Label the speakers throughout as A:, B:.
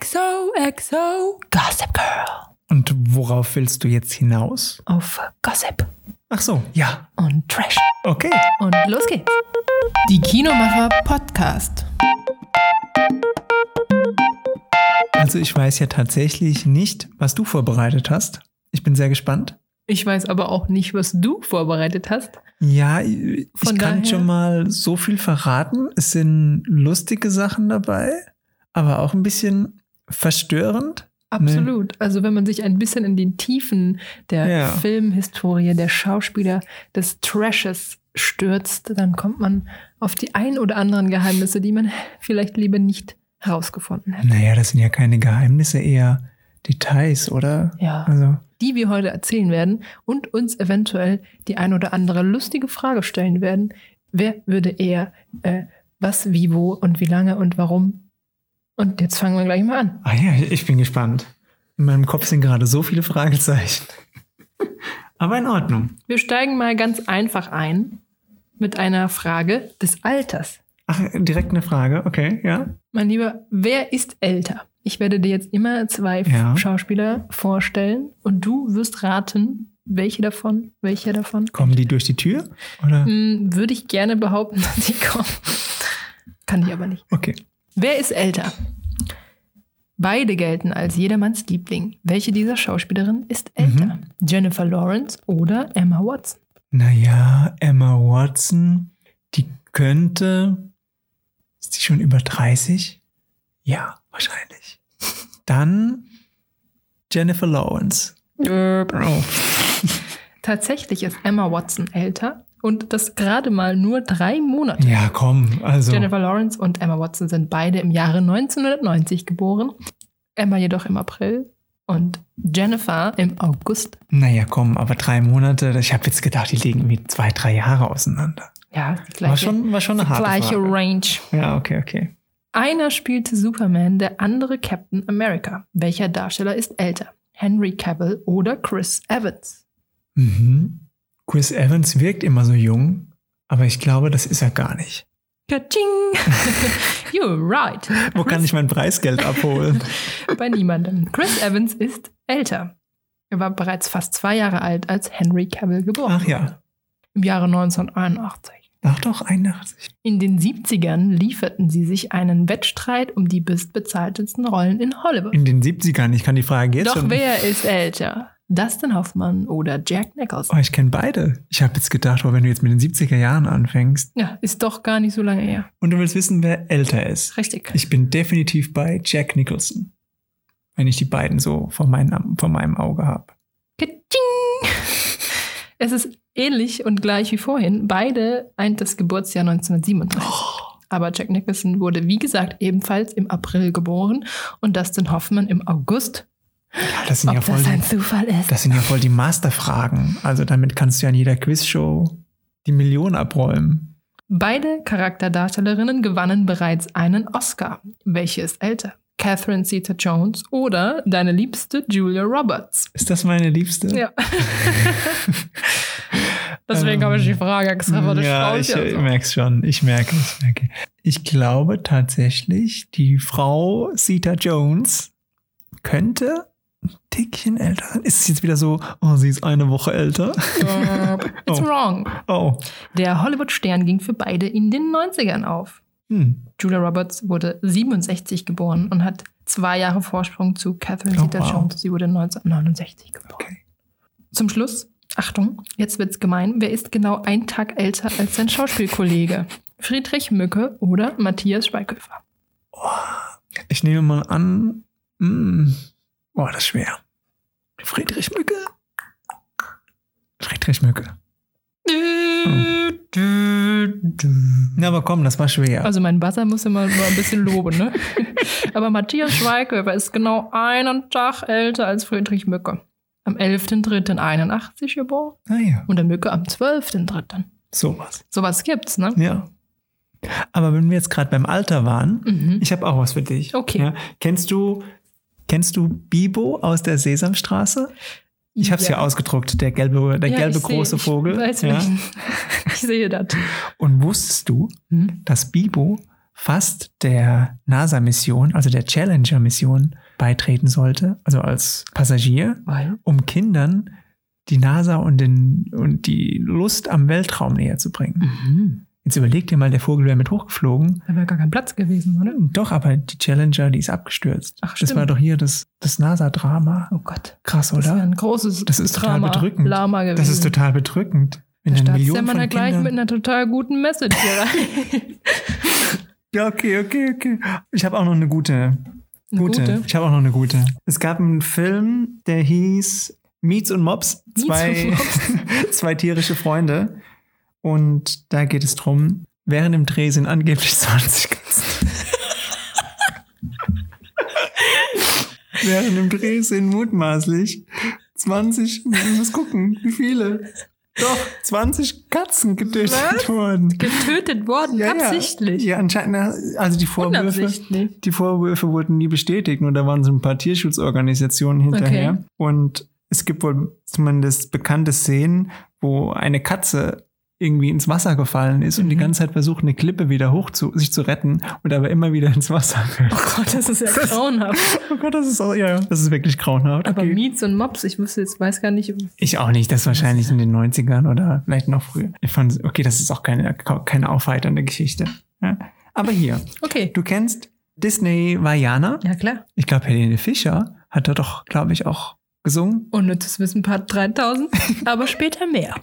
A: XO, XO.
B: Gossip Girl.
C: Und worauf willst du jetzt hinaus?
B: Auf Gossip
C: Ach so, ja.
B: und Trash.
C: Okay.
B: Und los geht's.
A: Die Kinomacher Podcast.
C: Also ich weiß ja tatsächlich nicht, was du vorbereitet hast. Ich bin sehr gespannt.
A: Ich weiß aber auch nicht, was du vorbereitet hast.
C: Ja, ich
A: Von
C: kann
A: daher-
C: schon mal so viel verraten. Es sind lustige Sachen dabei, aber auch ein bisschen verstörend.
A: Absolut. Also wenn man sich ein bisschen in den Tiefen der
C: Ja.
A: Filmhistorie, der Schauspieler, des Trashes stürzt, dann kommt man auf die ein oder anderen Geheimnisse, die man vielleicht lieber nicht herausgefunden hätte.
C: Naja, das sind ja keine Geheimnisse, eher Details, oder?
A: Ja,
C: Also,
A: die wir heute erzählen werden und uns eventuell die ein oder andere lustige Frage stellen werden. Wer würde eher äh, was, wie, wo und wie lange und warum? Und jetzt fangen wir gleich mal an.
C: ah ja, ich bin gespannt. In meinem Kopf sind gerade so viele Fragezeichen. aber in Ordnung.
A: Wir steigen mal ganz einfach ein mit einer Frage des Alters.
C: Ach, direkt eine Frage, okay, ja.
A: Mein Lieber, wer ist älter? Ich werde dir jetzt immer zwei
C: Ja.
A: Schauspieler vorstellen und du wirst raten, welche davon, welcher davon.
C: Kommen die durch die Tür? Oder?
A: Hm, würde ich gerne behaupten, dass sie kommen. Kann ich aber nicht.
C: Okay.
A: Wer ist älter? Beide gelten als jedermanns Liebling. Welche dieser Schauspielerinnen ist älter?
C: Mhm.
A: Jennifer Lawrence oder Emma Watson?
C: Naja, Emma Watson, die könnte. Ist die schon über 30? Ja, wahrscheinlich. Dann Jennifer Lawrence. Oh.
A: Tatsächlich ist Emma Watson älter und das gerade mal nur drei Monate.
C: Ja, komm, also.
A: Jennifer Lawrence und Emma Watson sind beide im Jahre 1990 geboren. Emma jedoch im April und Jennifer im August.
C: Naja, komm, aber drei Monate. Ich habe jetzt gedacht, die liegen wie zwei, drei Jahre auauseinander.
A: Ja, die gleiche,
C: War schon, war schon eine harte
A: gleiche
C: Frage.
A: Range.
C: Ja, okay, okay.
A: Einer spielte Superman, der andere Captain America. Welcher Darsteller ist älter? Henry Cavill oder Chris Evans?
C: Mhm. Chris Evans wirkt immer so jung, aber ich glaube, das ist er gar nicht.
A: Kaching! You're right.
C: Wo kann ich mein Preisgeld abholen?
A: Bei niemandem. Chris Evans ist älter. Er war bereits fast zwei Jahre alt, als Henry Cavill geboren
C: Ach ja.
A: wurde. Im Jahre 1981.
C: Ach doch, 81.
A: In den 70ern lieferten sie sich einen Wettstreit um die bestbezahltesten Rollen in Hollywood.
C: In den 70ern, ich kann die Frage jetzt
A: Doch
C: schon.
A: wer ist älter? Dustin Hoffmann oder Jack Nicholson?
C: Oh, ich kenne beide. Ich habe jetzt gedacht, oh, wenn du jetzt mit den 70er Jahren anfängst
A: Ja, ist doch gar nicht so lange her.
C: und du willst wissen, wer älter ist.
A: Richtig.
C: Ich bin definitiv bei Jack Nicholson. Wenn ich die beiden so vor, meinen, vor meinem Auge habe.
A: Ka-ching! Es ist ähnlich und gleich wie vorhin. Beide eint das Geburtsjahr 1937. Aber Jack Nicholson wurde, wie gesagt, ebenfalls im April geboren und Dustin Hoffman im August.
C: Ja, das sind,
A: Ob
C: ja voll
A: das ein
C: die,
A: Zufall ist?
C: das sind ja voll die Masterfragen. Also damit kannst du ja in jeder Quizshow die Million abräumen.
A: Beide Charakterdarstellerinnen gewannen bereits einen Oscar. Welche ist älter? Catherine Zeta-Jones oder deine liebste Julia Roberts?
C: Ist das meine Liebste?
A: Ja. Deswegen
C: Ähm,
A: habe ich die Frage extra vor der
C: ja,
A: Schraube
C: ich
A: hier also.
C: äh,
A: so.
C: merk's schon. Ich merke, ich merke. Ich glaube tatsächlich, die Frau Sita Jones könnte ein Tickchen älter sein. Ist es jetzt wieder so, oh, sie ist eine Woche älter?
A: It's
C: Oh.
A: wrong.
C: Oh.
A: Der Hollywood-Stern ging für beide in den 90ern auf.
C: Hm.
A: Julia Roberts wurde 67 geboren und hat zwei Jahre Vorsprung zu Catherine
C: Oh,
A: Zeta-Jones. Sie wurde 1969 geboren.
C: Okay.
A: Zum Schluss, Achtung, jetzt wird's gemein. Wer ist genau einen Tag älter als sein Schauspielkollege? Friedrich Mücke oder Matthias Schweighöfer?
C: Ich nehme mal an, hm. boah, das ist schwer. Friedrich Mücke. Friedrich Mücke. Oh. Hm. Na, aber komm, das war schwer.
A: Also mein Buzzer muss immer nur ein bisschen loben, ne? Aber Matthias Schweighöfer ist genau einen Tag älter als Friedrich Mücke. Am 11.03.81 geboren
C: naja,
A: und der Mücke am 12.03.
C: Ah sowas.
A: Sowas gibt's, ne?
C: Ja. Aber wenn wir jetzt gerade beim Alter waren,
A: Mhm.
C: Ich habe auch was für dich.
A: Okay.
C: Ja. Kennst du kennst du Bibo aus der Sesamstraße? Ich habe es
A: Ja.
C: hier ausgedruckt, der gelbe der
A: Ja,
C: gelbe
A: ich seh,
C: große Vogel.
A: Ich, weiß
C: ja.
A: welchen. ich sehe das.
C: Hm, Und wusstest du, dass Bibo fast der NASA-Mission, also der Challenger-Mission, beitreten sollte, also als Passagier,
A: Weil?
C: um Kindern die NASA und, den, und die Lust am Weltraum näher zu bringen.
A: Mhm.
C: Jetzt überleg dir mal, der Vogel wäre mit hochgeflogen.
A: Da wäre gar kein Platz gewesen, oder?
C: Doch, aber die Challenger, die ist abgestürzt.
A: Ach,
C: das
A: stimmt.
C: war doch hier das, das NASA-Drama.
A: Oh Gott.
C: Krass,
A: Das wäre
C: oder?
A: ein großes
C: Das ist total
A: Drama,
C: bedrückend.
A: Lama gewesen.
C: Das ist total bedrückend. Wenn
A: Der
C: dann Millionen
A: Staatsdämmer
C: von
A: da gleich
C: Kindern-
A: mit einer total guten Message hier rein.
C: Ja, okay, okay, okay. Ich habe auch noch eine gute.
A: Eine
C: gute.
A: gute?
C: Ich habe auch noch eine gute. Es gab einen Film, der hieß Meets und Mops.
A: Meets
C: Zwei,
A: und
C: zwei tierische Freunde. Und da geht es drum, während im Dreh sind angeblich 20 Katzen. während im Dreh sind mutmaßlich 20, wir müssen gucken, wie viele. Doch, 20 Katzen getötet wurden.
A: Getötet worden, absichtlich.
C: Ja, ja, anscheinend, also die Vorwürfe,
A: Unabsichtlich.
C: die Vorwürfe wurden nie bestätigt, nur da waren so ein paar Tierschutzorganisationen hinterher.
A: Okay.
C: Und es gibt wohl zumindest bekannte Szenen, wo eine Katze irgendwie ins Wasser gefallen ist und die
A: Mhm.
C: ganze Zeit versucht, eine Klippe wieder hoch zu, sich zu retten und aber immer wieder ins Wasser fällt.
A: Oh Gott, das ist ja
C: Das-
A: grauenhaft.
C: Oh Gott, das ist auch, ja, ja, das ist wirklich grauenhaft.
A: Aber
C: Okay.
A: Meets und Mops, ich wusste jetzt, weiß gar nicht,
C: Ich auch nicht, das wahrscheinlich in den 90ern oder vielleicht noch früher. Ich fand, okay, das ist auch keine, keine aufheiternde Geschichte. Ja. Aber hier,
A: Okay.
C: Du kennst Disney Vajana.
A: Ja, klar.
C: Ich glaube, Helene Fischer hat da doch, glaube ich, auch gesungen.
A: Unnützes Wissen Part 3000, aber später mehr.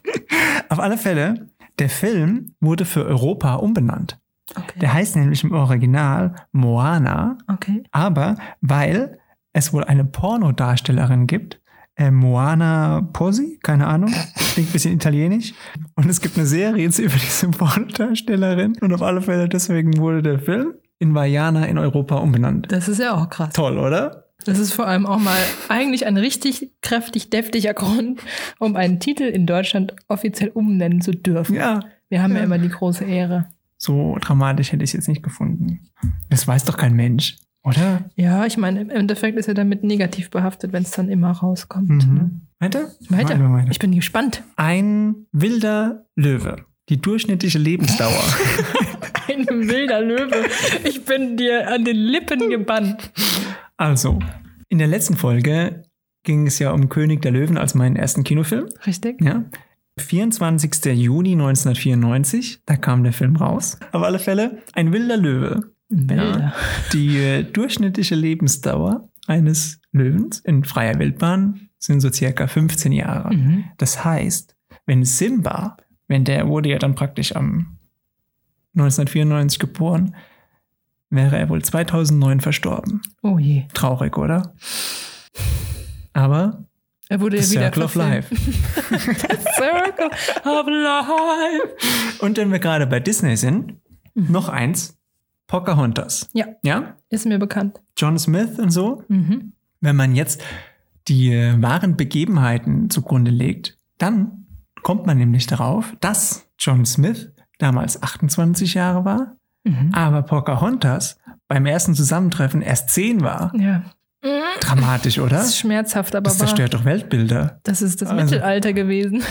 C: Auf alle Fälle, der Film wurde für Europa umbenannt.
A: Okay.
C: Der heißt nämlich im Original Moana,
A: Okay.
C: aber weil es wohl eine Pornodarstellerin gibt, äh, Moana Posi, keine Ahnung, klingt ein bisschen italienisch. Und es gibt eine Serie jetzt über diese Pornodarstellerin. Und auf alle Fälle deswegen wurde der Film in Vajana in Europa umbenannt.
A: Das ist ja auch krass.
C: Toll, oder?
A: Das ist vor allem auch mal eigentlich ein richtig kräftig deftiger Grund, um einen Titel in Deutschland offiziell umnennen zu dürfen.
C: Ja,
A: Wir haben ja.
C: Ja.
A: immer die große Ehre.
C: So dramatisch hätte ich es jetzt nicht gefunden. Das weiß doch kein Mensch, oder?
A: Ja, ich meine, im Endeffekt ist er damit negativ behaftet, wenn es dann immer rauskommt. Ne?
C: Mhm. Weiter?
A: Weiter.
C: Machen wir weiter.
A: Ich bin gespannt.
C: Ein wilder Löwe. Die durchschnittliche Lebensdauer.
A: Ein wilder Löwe. Ich bin dir an den Lippen gebannt.
C: also, in der letzten Folge ging es ja um König der Löwen als meinen ersten Kinofilm.
A: Richtig?
C: Ja. 24. Juni 1994, da kam der Film raus. Auf alle Fälle, ein wilder Löwe.
A: Ein Wilder.
C: Die äh, durchschnittliche Lebensdauer eines Löwens in freier Wildbahn sind so circa 15 Jahre.
A: Mhm.
C: Das heißt, wenn Simba, wenn der wurde ja dann praktisch am 1994 geboren, wäre er wohl 2009 verstorben.
A: Oh je.
C: Traurig, oder? Aber
A: Er wurde
C: the
A: ja wieder
C: Circle of
A: verfilmt.
C: Life.
A: Circle of Life.
C: Und wenn wir gerade bei Disney sind, noch eins: Pocahontas.
A: Mhm. Ja.
C: Ja?
A: Ist mir bekannt.
C: John Smith und so.
A: Mhm.
C: Wenn man jetzt die äh, wahren Begebenheiten zugrunde legt, dann kommt man nämlich darauf, dass John Smith damals 28 Jahre war,
A: Mhm.
C: aber Pocahontas beim ersten Zusammentreffen erst 10 war.
A: Ja.
C: Dramatisch, oder?
A: Das ist schmerzhaft, aber
C: Das
A: wahr.
C: zerstört doch Weltbilder.
A: Das ist das
C: Also-
A: Mittelalter gewesen.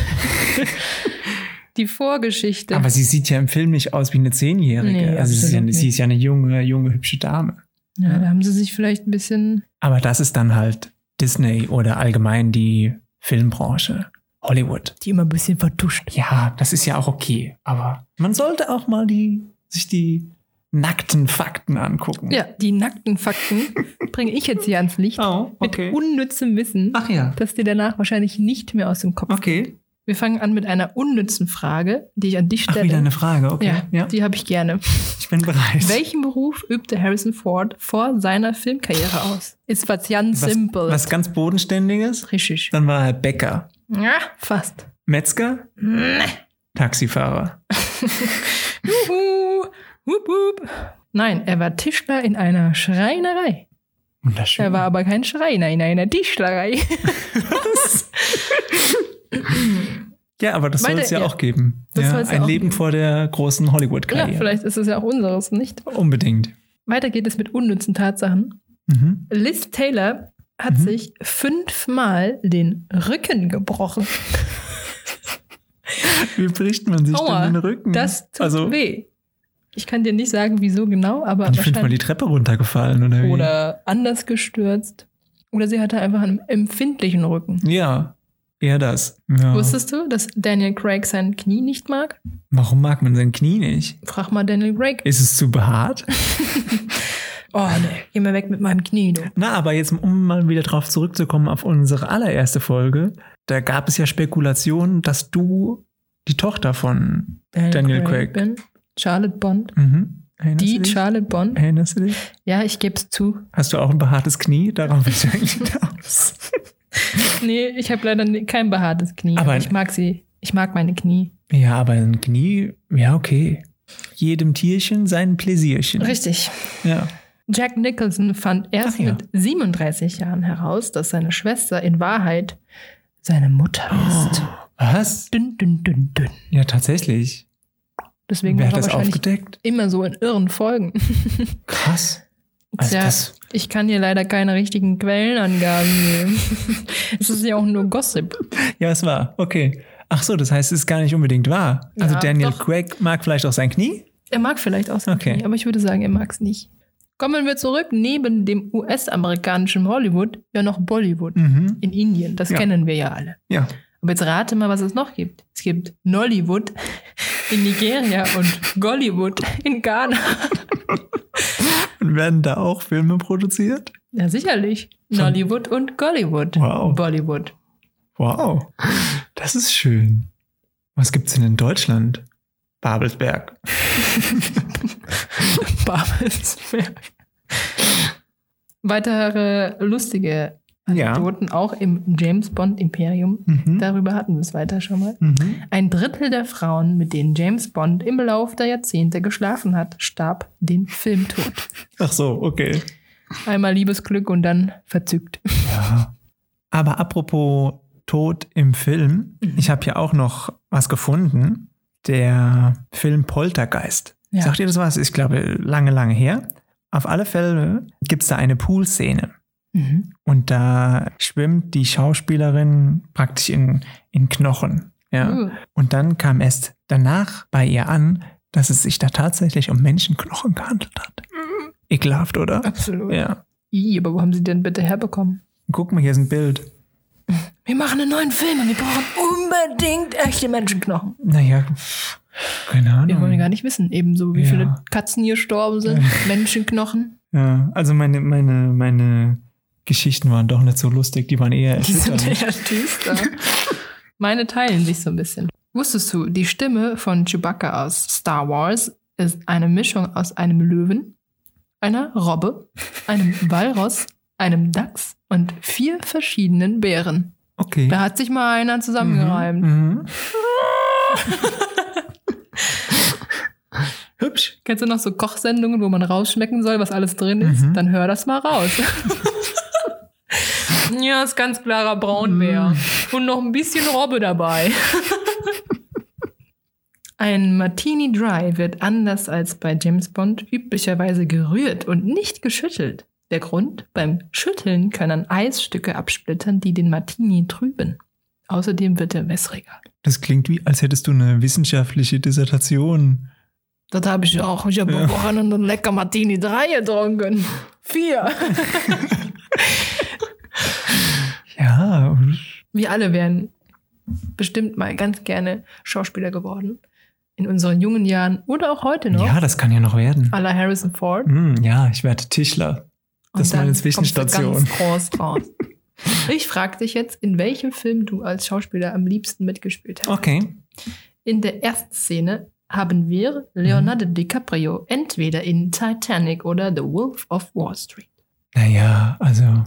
A: Die Vorgeschichte.
C: Aber sie sieht ja im Film nicht aus wie eine Zehnjährige.
A: Nee,
C: also sie ist, ja,
A: absolut
C: sie ist ja eine junge, junge, hübsche Dame.
A: ja, da haben sie sich vielleicht ein bisschen.
C: Aber das ist dann halt Disney oder allgemein die Filmbranche. Hollywood.
A: Die immer ein bisschen vertuscht.
C: Ja, das ist ja auch okay. Aber man sollte auch mal die, sich die nackten Fakten angucken.
A: Ja, die nackten Fakten bringe ich jetzt hier ans Licht.
C: Oh, okay.
A: Mit unnützem Wissen,
C: Ach ja.
A: das dir danach wahrscheinlich nicht mehr aus dem Kopf
C: Okay.
A: Wir fangen an mit einer unnützen Frage, die ich an dich
C: Ach,
A: stelle.
C: wieder eine Frage. Okay.
A: ja,
C: Ja,
A: die habe ich gerne.
C: ich bin bereit.
A: Welchen Beruf übte Harrison Ford vor seiner Filmkarriere aus? Ist was ganz
C: was,
A: simpel.
C: was ganz Bodenständiges.
A: Richtig.
C: Dann war er Bäcker,
A: Ja, fast.
C: Metzger, Taxifahrer.
A: Juhu. Wup, wup. Nein, er war Tischler in einer Schreinerei.
C: Wunderschön.
A: Er war aber kein Schreiner in einer Tischlerei.
C: ja, aber das soll
A: Weiter-
C: es ja,
A: ja.
C: auch geben.
A: Das
C: Ja,
A: soll's ja
C: ein
A: auch
C: Leben
A: geben.
C: vor der großen
A: Ja,
C: Hollywood-Karriere.
A: vielleicht ist es ja auch unseres nicht.
C: Unbedingt.
A: Weiter geht es mit unnützen Tatsachen.
C: Mhm.
A: Liz Taylor hat
C: Mhm.
A: sich fünfmal den Rücken gebrochen.
C: Wie bricht man sich
A: Aua,
C: denn den Rücken?
A: Das tut
C: Mhm. also,
A: weh. Ich kann dir nicht sagen, wieso genau, aber
C: Die fünfmal die
A: wahrscheinlich.
C: Treppe runtergefallen oder wie?
A: Oder anders gestürzt. Oder sie hatte einfach einen empfindlichen Rücken.
C: Ja, eher das. Ja.
A: Wusstest du, dass Daniel Craig sein Knie nicht mag?
C: Warum mag man sein Knie nicht?
A: Frag mal Daniel Craig.
C: Ist es zu behaart?
A: Oh nee, geh mal weg mit meinem Knie, du.
C: Na, aber jetzt, um mal wieder drauf zurückzukommen auf unsere allererste Folge, da gab es ja Spekulationen, dass du die Tochter von Daniel Craig.
A: Bin Charlotte Bond.
C: mhm, erinnerst
A: Die
C: du dich?
A: Charlotte Bond.
C: Erinnerst du dich?
A: Ja, ich gebe es zu.
C: Hast du auch ein behaartes Knie? Darauf ist eigentlich hinaus.
A: Nee, ich habe leider ni- kein behaartes Knie.
C: Aber-
A: Aber ich mag sie. Ich mag meine Knie.
C: Ja, aber ein Knie, ja, okay. Jedem Tierchen sein Pläsierchen.
A: Richtig.
C: Ja.
A: Jack Nicholson fand erst
C: Ach ja.
A: mit 37 Jahren heraus, dass seine Schwester in Wahrheit seine Mutter
C: Oh.
A: ist.
C: Was?
A: Dünn, dünn, dünn, dünn.
C: Ja, tatsächlich.
A: Deswegen
C: Wer
A: war
C: hat
A: er
C: das
A: wahrscheinlich
C: aufgedeckt?
A: immer so in irren Folgen.
C: Krass. Also
A: Tja,
C: das-
A: ich kann dir leider keine richtigen Quellenangaben geben. es ist ja auch nur Gossip.
C: Ja, es war. Okay. Ach so, das heißt, es ist gar nicht unbedingt wahr. Also
A: Ja,
C: Daniel
A: doch.
C: Craig mag vielleicht auch sein Knie.
A: Er mag vielleicht auch sein
C: Okay.
A: Knie, aber ich würde sagen, er mag es nicht. Kommen wir zurück. Neben dem US-amerikanischen Hollywood ja noch Bollywood
C: Mhm.
A: in Indien. Das
C: Ja.
A: kennen wir ja alle.
C: Ja.
A: Aber jetzt rate mal, was es noch gibt. Es gibt Nollywood in Nigeria und Gollywood in Ghana.
C: Und werden da auch Filme produziert?
A: Ja, sicherlich. Nollywood und Gollywood.
C: Wow.
A: Bollywood.
C: Wow. Das ist schön. Was gibt's denn in Deutschland? Babelsberg.
A: Babelsberg. Weitere lustige
C: Ja.
A: Anekdoten auch im James Bond Imperium.
C: Mhm.
A: Darüber hatten wir es weiter schon mal.
C: Mhm.
A: Ein Drittel der Frauen, mit denen James Bond im Lauf der Jahrzehnte geschlafen hat, starb den Filmtod.
C: Ach so, okay.
A: Einmal Liebesglück und dann verzückt.
C: Ja. Aber apropos Tod im Film,
A: Mhm.
C: ich habe hier auch noch was gefunden. Der Film Poltergeist.
A: Ja.
C: Sagt ihr das was? Ich glaube, lange, lange her. Auf alle Fälle gibt es da eine Poolszene.
A: Mhm.
C: Und da schwimmt die Schauspielerin praktisch in, in Knochen. Ja.
A: Uh,
C: Und dann kam erst danach bei ihr an, dass es sich da tatsächlich um Menschenknochen gehandelt hat.
A: Mm.
C: Ekelhaft, oder?
A: absolut.
C: Ja.
A: Ih, aber wo haben sie denn bitte herbekommen?
C: Guck mal, hier ist ein Bild.
A: Wir machen einen neuen Film und wir brauchen unbedingt echte Menschenknochen.
C: Naja, keine
A: Wir wollen
C: Ahnung.
A: gar nicht wissen, ebenso wie
C: Hm. Ja.
A: viele Katzen hier gestorben sind, Menschenknochen.
C: Ja, also meine, meine, meine Geschichten waren doch nicht so lustig, die waren eher
A: Die sind
C: erschütternd.
A: ja düster. Meine teilen sich so ein bisschen. Wusstest du, die Stimme von Chewbacca aus Star Wars ist eine Mischung aus einem Löwen, einer Robbe, einem Walross, einem Dachs und vier verschiedenen Bären.
C: Okay.
A: Da hat sich mal einer zusammengereimt.
C: Mhm. Mhm. Hübsch.
A: Kennst du noch so Kochsendungen, wo man rausschmecken soll, was alles drin ist?
C: Mhm.
A: Dann hör das mal raus. ja, ist ganz klarer Braunbär. Und noch ein bisschen Robbe dabei. ein Martini Dry wird anders als bei James Bond üblicherweise gerührt und nicht geschüttelt. Der Grund, beim Schütteln können Eisstücke absplittern, die den Martini trüben. Außerdem wird er wässriger.
C: Das klingt wie, als hättest du eine wissenschaftliche Dissertation.
A: Das habe ich auch. Ich habe
C: Ja.
A: am Wochenende lecker Martini 3 getrunken. Vier.
C: Ja,
A: Wir alle wären bestimmt mal ganz gerne Schauspieler geworden. In unseren jungen Jahren oder auch heute noch.
C: ja das kann ja noch werden.
A: À la Harrison Ford.
C: Hm, ja, ich werde Tischler.
A: Und
C: Das ist meine
A: dann
C: Zwischenstation.
A: kommst du Ganz groß raus. Ich frage dich jetzt, in welchem Film du als Schauspieler am liebsten mitgespielt hast.
C: Okay.
A: In der ersten Szene haben wir Leonardo
C: Mhm.
A: DiCaprio entweder in Titanic oder The Wolf of Wall Street.
C: Naja, also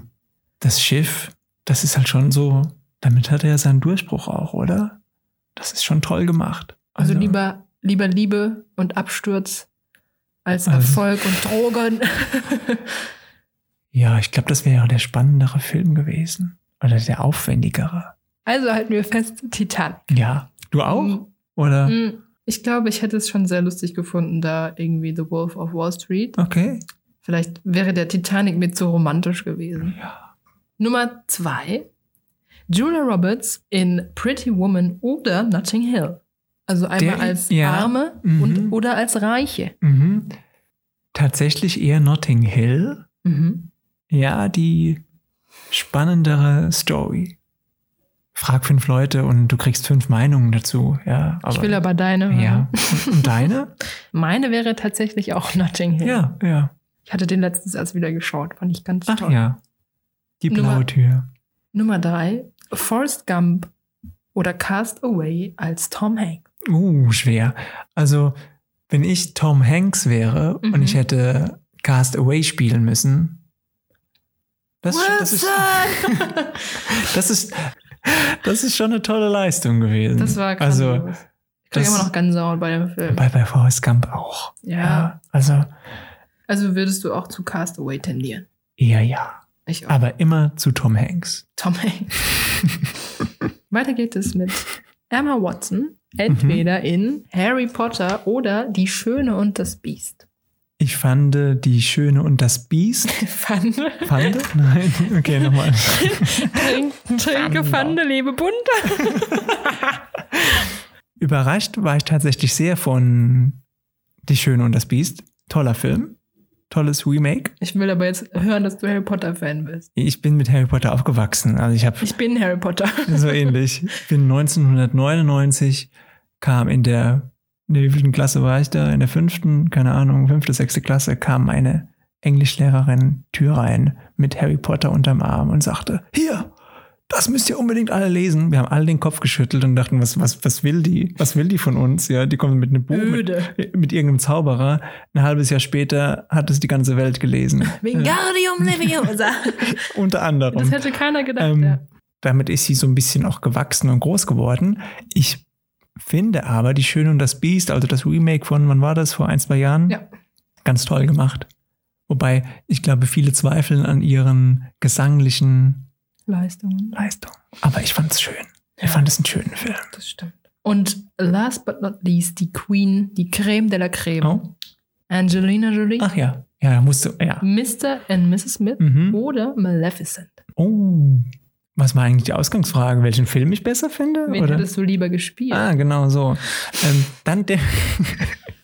C: das Schiff, das ist halt schon so, damit hat er ja seinen Durchbruch auch, oder? Das ist schon toll gemacht.
A: Also lieber, lieber Liebe und Absturz als
C: Also-
A: Erfolg und Drogen.
C: Ja, ich glaube, das wäre der spannendere Film gewesen. Oder der aufwendigere.
A: Also halten wir fest, Titanic.
C: Ja. Du
A: Mhm.
C: Oder?
A: Mhm. Ich glaube, ich hätte es schon sehr lustig gefunden, da irgendwie The Wolf of Wall Street.
C: Okay.
A: Vielleicht wäre der Titanic mir zu romantisch gewesen.
C: Ja.
A: Nummer zwei. Julia Roberts in Pretty Woman oder Notting Hill. Also einmal
C: Der-
A: als
C: ja.
A: Arme
C: Mhm.
A: und, oder als Reiche.
C: Mhm. Tatsächlich eher Notting Hill.
A: Mhm.
C: Ja, die spannendere Story. Frag fünf Leute und du kriegst fünf Meinungen dazu. Ja, aber,
A: ich will aber deine. hören.
C: Ja. Und, und deine?
A: Meine wäre tatsächlich auch Notting Hill.
C: ja, ja.
A: Ich hatte den letztens erst wieder geschaut, fand ich ganz
C: Ach
A: toll.
C: ja. Die
A: Nummer-
C: blaue Tür.
A: Nummer drei, Forrest Gump oder Cast Away als Tom Hanks.
C: Uh, schwer. Also, wenn ich Tom Hanks wäre
A: Mhm.
C: und ich hätte Cast Away spielen müssen. Das, das, ist,
A: Wilson!
C: das, ist, das ist schon eine tolle Leistung gewesen.
A: das war krass.
C: Also,
A: ich kriege
C: das-
A: immer noch Gänsehaut bei dem Film.
C: bei, bei Forrest Gump auch.
A: Ja.
C: Ja, also
A: Also würdest du auch zu Cast Away tendieren?
C: eher ja.
A: Ich auch.
C: Aber immer zu Tom Hanks.
A: Tom Hanks. Weiter geht es mit Emma Watson,
C: Mhm.
A: entweder in Harry Potter oder Die Schöne und das Biest.
C: Ich fand die Schöne und das Biest.
A: Pfande.
C: Fand? Nein. Okay, nochmal.
A: Trink, trinke Pfande, lebe bunter.
C: Überrascht war ich tatsächlich sehr von Die Schöne und das Biest. Toller Film. Tolles Remake.
A: Ich will aber jetzt hören, dass du Harry Potter-Fan bist.
C: Ich bin mit Harry Potter aufgewachsen. Also ich habe
A: Ich bin Harry Potter.
C: so ähnlich. Ich bin 1999, kam in der, in der wievielten Klasse war ich da? In der fünften, keine Ahnung, fünfte, sechste Klasse, kam eine Englischlehrerin Tür rein mit Harry Potter unterm Arm und sagte, hier, das müsst ihr unbedingt alle lesen. Wir haben alle den Kopf geschüttelt und dachten, was, was, was will die? Was will die von uns? Ja, die kommt mit äh, einem Buch, mit,
A: Öde.
C: mit irgendeinem Zauberer. Ein halbes Jahr später hat es die ganze Welt gelesen.
A: Wingardium Leviosa.
C: Unter anderem.
A: Das hätte keiner gedacht.
C: Ähm,
A: ja.
C: Damit ist sie so ein bisschen auch gewachsen und groß geworden. Ich finde aber die Schöne und das Biest, also das Remake von, wann war das, vor ein, zwei Jahren?
A: Ja.
C: Ganz toll gemacht. Wobei, ich glaube, viele zweifeln an ihren gesanglichen
A: Leistungen.
C: Leistungen. Aber ich fand es schön. Ich fand es einen schönen Film.
A: Das stimmt. Und last but not least, die Queen, die Creme de la Creme.
C: Oh. Ah.
A: Angelina Jolie,
C: Ach ja. Ja, da musst du, ja.
A: Mr. and Mrs. Smith
C: Mhm.
A: oder Maleficent.
C: Oh. Was war eigentlich die Ausgangsfrage? Welchen Film ich besser finde?
A: Wen
C: oder?
A: hättest du lieber gespielt?
C: Ah, genau so. Ähm, dann, de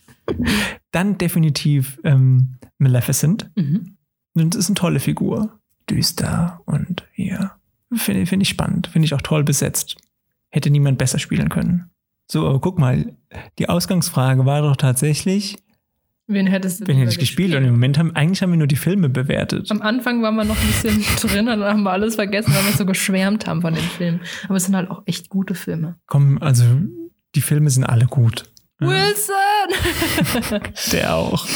C: dann definitiv ähm, Maleficent.
A: Mhm.
C: Das ist eine tolle Figur. Düster und ja, finde find ich spannend. Finde ich auch toll besetzt. Hätte niemand besser spielen können. So, aber guck mal, die Ausgangsfrage war doch tatsächlich,
A: Wen hättest du
C: wenn
A: lieber
C: hätte ich gespielt und im Moment haben, eigentlich haben wir nur die Filme bewertet.
A: Am Anfang waren wir noch ein bisschen drin und dann haben wir alles vergessen, weil wir so geschwärmt haben von den Filmen. Aber es sind halt auch echt gute Filme.
C: Komm, also die Filme sind alle gut. Ja,
A: Wilson!
C: der auch.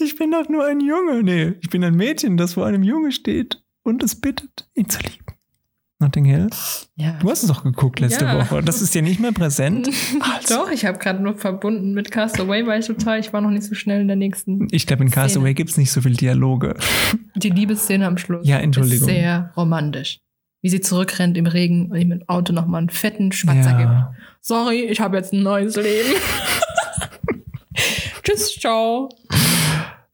C: Ich bin doch nur ein Junge. Nee, ich bin ein Mädchen, das vor einem Junge steht und es bittet, ihn zu lieben. Notting Hill.
A: ja.
C: Du hast es doch geguckt letzte
A: Ja.
C: Woche. Das ist dir nicht mehr präsent. Also.
A: Doch, ich habe gerade nur verbunden mit Castaway, weil ich total, ich war noch nicht so schnell in der nächsten.
C: Ich glaube, in
A: Szene.
C: Castaway gibt es nicht so viele Dialoge.
A: Die Liebesszene am Schluss
C: Ja,
A: ist
C: Entschuldigung.
A: sehr romantisch. Wie sie zurückrennt im Regen und ihm im Auto nochmal einen fetten Schmatzer gibt.
C: ja.
A: Sorry, ich habe jetzt ein neues Leben. Tschüss, ciao.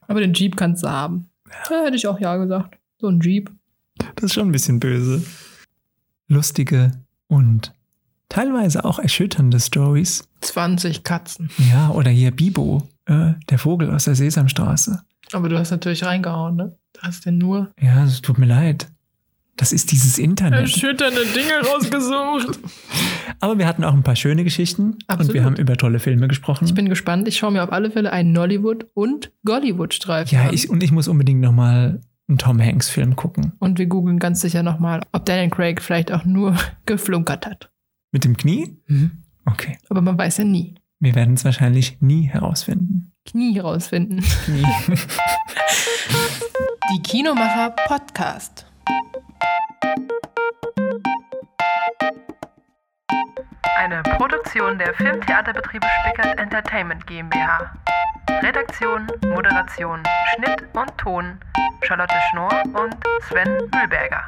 A: Aber den Jeep kannst du haben. Da hätte ich auch ja gesagt. So ein Jeep.
C: Das ist schon ein bisschen böse. Lustige und teilweise auch erschütternde Stories.
A: 20 Katzen.
C: Ja, oder hier Bibo, äh, der Vogel aus der Sesamstraße.
A: Aber du hast natürlich reingehauen, ne? Du hast dir nur
C: Ja, es tut mir leid. Das ist dieses Internet.
A: erschütternde Dinge rausgesucht.
C: Aber wir hatten auch ein paar schöne Geschichten und
A: Absolut.
C: wir haben über tolle Filme gesprochen.
A: Ich bin gespannt. Ich schaue mir auf alle Fälle einen Nollywood- und Gollywood-Streifen
C: ja,
A: an.
C: ich, und ich muss unbedingt nochmal einen Tom Hanks-Film gucken.
A: und wir googeln ganz sicher nochmal, ob Daniel Craig vielleicht auch nur geflunkert hat.
C: Mit dem Knie? Okay.
A: Aber man weiß ja nie.
C: Wir werden es wahrscheinlich nie herausfinden.
A: Knie rausfinden.
C: Knie.
A: Die Kinomacher Podcast. Eine Produktion der Filmtheaterbetriebe Spickert Entertainment GmbH. Redaktion, Moderation, Schnitt und Ton Charlotte Schnorr und Sven Mühlberger.